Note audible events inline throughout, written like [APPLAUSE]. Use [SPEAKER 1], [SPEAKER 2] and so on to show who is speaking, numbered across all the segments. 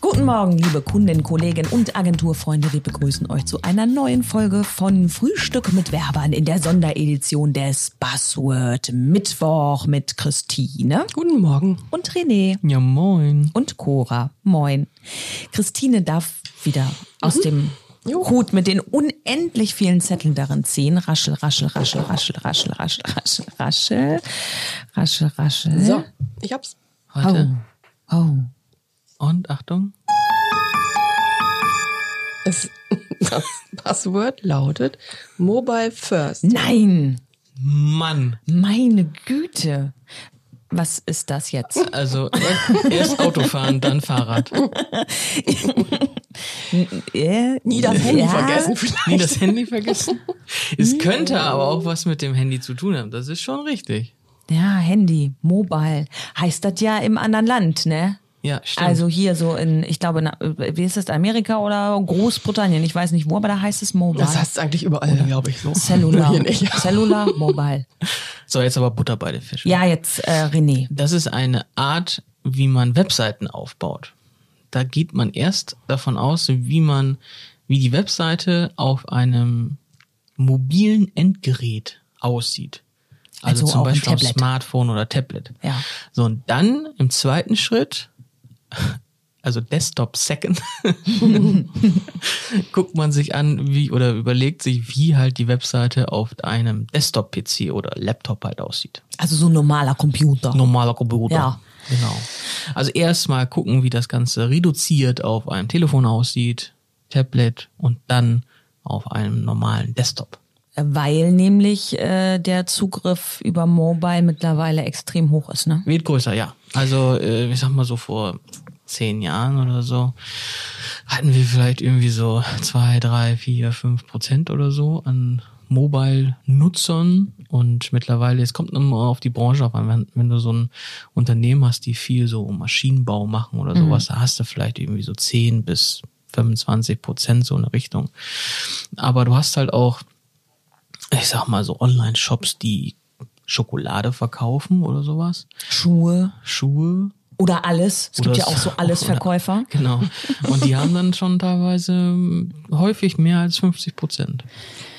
[SPEAKER 1] Guten Morgen, liebe Kunden, Kollegen und Agenturfreunde. Wir begrüßen euch zu einer neuen Folge von Frühstück mit Werbern in der Sonderedition des Buzzword Mittwoch mit Christine
[SPEAKER 2] Guten Morgen.
[SPEAKER 1] und René
[SPEAKER 2] Ja, moin.
[SPEAKER 1] und Cora. Moin. Christine darf wieder aus dem Hut mit den unendlich vielen Zetteln darin ziehen. Raschel, raschel, raschel, raschel, raschel, raschel, raschel, raschel, raschel, raschel.
[SPEAKER 2] So, ich hab's.
[SPEAKER 1] Oh.
[SPEAKER 2] Heute.
[SPEAKER 1] Oh.
[SPEAKER 3] Und Achtung.
[SPEAKER 2] Es, [LAUGHS] das Passwort lautet Mobile First.
[SPEAKER 1] Nein.
[SPEAKER 3] Mann.
[SPEAKER 1] Meine Güte. Was ist das [LAUGHS] jetzt?
[SPEAKER 3] Also er- erst Autofahren, dann Fahrrad.
[SPEAKER 1] Äh,
[SPEAKER 2] Nie das Handy vergessen vielleicht.
[SPEAKER 3] Nie das Handy vergessen. Es könnte aber auch was mit dem Handy zu tun haben. Das ist schon richtig.
[SPEAKER 1] Ja, Handy, Mobile. Heißt das ja im anderen Land, ne?
[SPEAKER 3] Ja, stimmt.
[SPEAKER 1] Also hier so in, ich glaube, na, wie ist das, Amerika oder Großbritannien? Ich weiß nicht wo, aber da heißt es Mobile.
[SPEAKER 2] Das heißt eigentlich überall, glaube ich, so.
[SPEAKER 1] [LAUGHS] Cellular.
[SPEAKER 2] Nur Hier nicht. [LAUGHS]
[SPEAKER 1] Cellular, Mobile.
[SPEAKER 3] so, jetzt aber Butter bei den Fischen.
[SPEAKER 1] Ja, jetzt äh, René.
[SPEAKER 3] Das ist eine Art, wie man Webseiten aufbaut. Da geht man erst davon aus, wie man, wie die Webseite auf einem mobilen Endgerät aussieht. Also,
[SPEAKER 1] Also
[SPEAKER 3] zum
[SPEAKER 1] auch ein
[SPEAKER 3] Beispiel auf
[SPEAKER 1] Tablet.
[SPEAKER 3] Smartphone oder Tablet.
[SPEAKER 1] Ja.
[SPEAKER 3] So, und dann im zweiten Schritt, [LAUGHS] also Desktop Second, [LAUGHS] guckt man sich an, wie oder überlegt sich, wie halt die Webseite auf einem Desktop-PC oder Laptop halt aussieht
[SPEAKER 1] Also so ein normaler Computer.
[SPEAKER 3] normaler Computer.
[SPEAKER 1] Ja.
[SPEAKER 3] Genau. Also erstmal gucken, wie das Ganze reduziert auf einem Telefon aussieht, Tablet und dann auf einem normalen Desktop.
[SPEAKER 1] Weil nämlich äh, der Zugriff über Mobile mittlerweile extrem hoch ist, ne?
[SPEAKER 3] Wird größer, ja. Also, äh, ich sag mal so vor zehn Jahren oder so, hatten wir vielleicht irgendwie so zwei, drei, vier, fünf Prozent oder so an Mobile-Nutzern und mittlerweile, es kommt immer auf die Branche auf an, wenn, wenn du so ein Unternehmen hast, die viel so Maschinenbau machen oder sowas, da hast du vielleicht irgendwie so 10 bis 25 Prozent so eine Richtung. Aber du hast halt auch ich sag mal so Online-Shops, die Schokolade verkaufen oder sowas.
[SPEAKER 1] Schuhe
[SPEAKER 3] Schuhe.
[SPEAKER 1] oder alles. Es gibt
[SPEAKER 3] Oder
[SPEAKER 1] ja auch so alles Verkäufer.
[SPEAKER 3] Genau. Und die haben dann schon teilweise ähm, häufig mehr als 50 Prozent.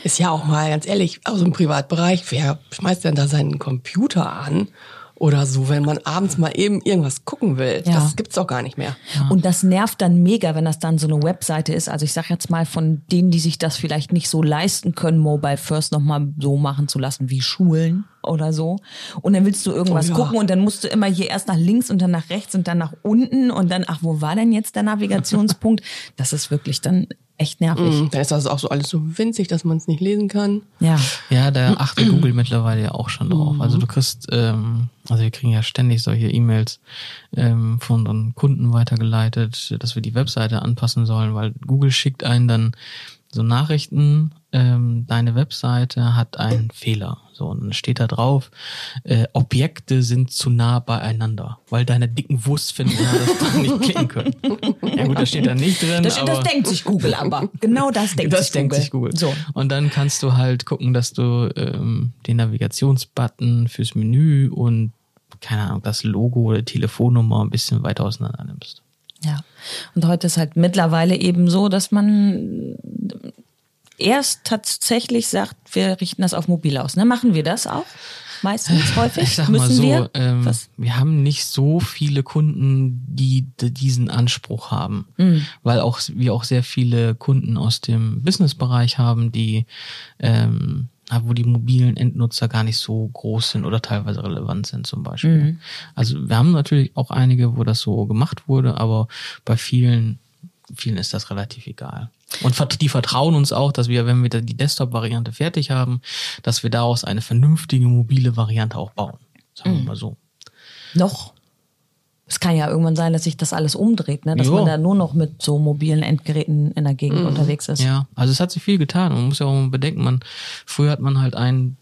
[SPEAKER 2] Ist ja auch mal ganz ehrlich, aus dem Privatbereich, wer schmeißt denn da seinen Computer an? Oder so, wenn man abends mal eben irgendwas gucken will.
[SPEAKER 1] Ja.
[SPEAKER 2] Das gibt's doch gar nicht mehr.
[SPEAKER 1] Und das nervt dann mega, wenn das dann so eine Webseite ist. Also ich sag jetzt mal von denen, die sich das vielleicht nicht so leisten können, Mobile First nochmal so machen zu lassen wie Schulen oder so. Und dann willst du irgendwas
[SPEAKER 2] Oh ja.
[SPEAKER 1] gucken und dann musst du immer hier erst nach links und dann nach rechts und dann nach unten und dann, ach, wo war denn jetzt der
[SPEAKER 3] [LAUGHS]
[SPEAKER 1] Navigationspunkt? Das ist wirklich dann echt nervig.
[SPEAKER 2] Mhm, Dann ist das auch so alles so winzig, dass man es nicht lesen kann.
[SPEAKER 3] Mhm.
[SPEAKER 1] Ja.
[SPEAKER 3] Ja, da achtet Google mittlerweile ja auch schon drauf. Also du kriegst, ähm, also wir kriegen ja ständig solche E-Mails ähm, von unseren Kunden weitergeleitet, dass wir die Webseite anpassen sollen, weil Google schickt einen dann so Nachrichten, ähm, deine Webseite hat einen Fehler. So, und dann steht da drauf, äh, Objekte sind zu nah beieinander, weil deine dicken Wurstfinger das dann nicht
[SPEAKER 1] [LAUGHS]
[SPEAKER 3] klicken können. Ja gut, das steht da nicht drin.
[SPEAKER 1] Das, das
[SPEAKER 3] aber
[SPEAKER 1] denkt sich Google aber. Genau
[SPEAKER 3] [LAUGHS]
[SPEAKER 1] das denkt,
[SPEAKER 3] das
[SPEAKER 1] sich,
[SPEAKER 3] denkt
[SPEAKER 1] Google.
[SPEAKER 3] sich Google.
[SPEAKER 1] So.
[SPEAKER 3] Und dann kannst du halt gucken, dass du ähm, den Navigationsbutton fürs Menü und keine Ahnung, das Logo oder Telefonnummer ein bisschen weit auseinander nimmst.
[SPEAKER 1] Ja. Und heute ist halt mittlerweile eben so, dass man erst tatsächlich sagt, wir richten das auf mobil aus. Ne? Machen wir das auch? Meistens, häufig?
[SPEAKER 3] [LAUGHS] Ich sag
[SPEAKER 1] Müssen
[SPEAKER 3] mal so,
[SPEAKER 1] wir?
[SPEAKER 3] ähm,
[SPEAKER 1] Was?
[SPEAKER 3] wir haben nicht so viele Kunden, die, d- diesen Anspruch haben, weil auch wir auch sehr viele Kunden aus dem Businessbereich haben, die ähm, wo die mobilen Endnutzer gar nicht so groß sind oder teilweise relevant sind zum Beispiel. Also wir haben natürlich auch einige, wo das so gemacht wurde, aber bei vielen vielen ist das relativ egal. Und vert- die vertrauen uns auch, dass wir, wenn wir da die Desktop-Variante fertig haben, dass wir daraus eine vernünftige mobile Variante auch bauen. Sagen wir mal so.
[SPEAKER 1] Noch? Es kann ja irgendwann sein, dass sich das alles umdreht, ne? dass
[SPEAKER 3] Jo. Mhm.
[SPEAKER 1] man da nur noch mit so mobilen Endgeräten in der Gegend unterwegs ist.
[SPEAKER 3] Ja, also es hat sich viel getan. Man muss ja auch mal bedenken, man, früher hat man halt einen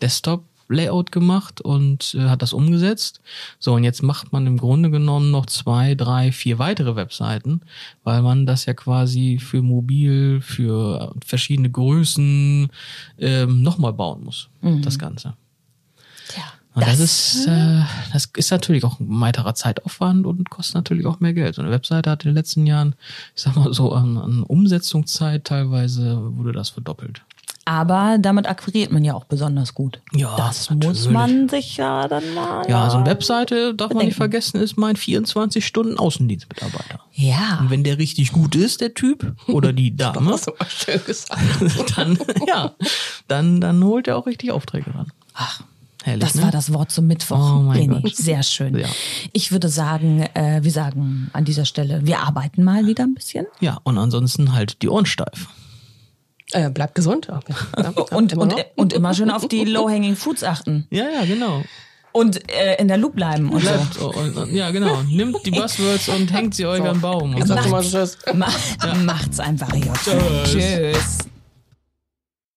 [SPEAKER 3] Desktop-Layout gemacht und äh, hat das umgesetzt. So, und jetzt macht man im Grunde genommen noch zwei, drei, vier weitere Webseiten, weil man das ja quasi für mobil, für verschiedene Größen ähm, nochmal bauen muss, das Ganze.
[SPEAKER 1] Tja.
[SPEAKER 3] Und das, ist, äh, das ist natürlich auch ein weiterer Zeitaufwand und kostet natürlich auch mehr Geld. So eine Webseite hat in den letzten Jahren, ich sag mal so, an, an Umsetzungszeit teilweise wurde das verdoppelt.
[SPEAKER 1] Aber damit akquiriert man ja auch besonders gut.
[SPEAKER 3] Ja,
[SPEAKER 1] das
[SPEAKER 3] natürlich.
[SPEAKER 1] muss man sich ja dann mal.
[SPEAKER 3] Ja, so eine Webseite, darf man
[SPEAKER 1] Bedenken.
[SPEAKER 3] nicht vergessen, ist mein 24 Stunden Außendienstmitarbeiter.
[SPEAKER 1] Ja.
[SPEAKER 3] Und wenn der richtig gut ist, der Typ oder die Dame,
[SPEAKER 2] Hast du mal schön gesagt.
[SPEAKER 3] [LAUGHS] dann, ja, dann, dann holt er auch richtig Aufträge ran.
[SPEAKER 1] Ach,
[SPEAKER 3] Herrlich,
[SPEAKER 1] das
[SPEAKER 3] ne?
[SPEAKER 1] war das Wort zum Mittwoch.
[SPEAKER 3] Oh mein
[SPEAKER 1] Bene.
[SPEAKER 3] Gott.
[SPEAKER 1] Sehr schön.
[SPEAKER 3] Ja.
[SPEAKER 1] Ich würde sagen, äh, wir sagen an dieser Stelle, wir arbeiten mal wieder ein bisschen.
[SPEAKER 3] Ja, und ansonsten halt die Ohren steif.
[SPEAKER 2] Äh, bleibt gesund. Ja, ja,
[SPEAKER 3] Oh,
[SPEAKER 1] Und immer,
[SPEAKER 2] immer
[SPEAKER 1] und,
[SPEAKER 2] noch.
[SPEAKER 1] und immer schön auf
[SPEAKER 2] [LAUGHS]
[SPEAKER 1] die Low-Hanging Foods achten.
[SPEAKER 3] Ja, ja, genau.
[SPEAKER 1] Und äh, in der Loop bleiben und so.
[SPEAKER 3] Bleibt, und, und, ja, genau. Nimmt die Buzzwords und hängt sie euch an den Baum. Und
[SPEAKER 2] Sag
[SPEAKER 3] so.
[SPEAKER 2] doch mal Tschüss.
[SPEAKER 1] Ma Macht's einfach, Jörg. Tschüss.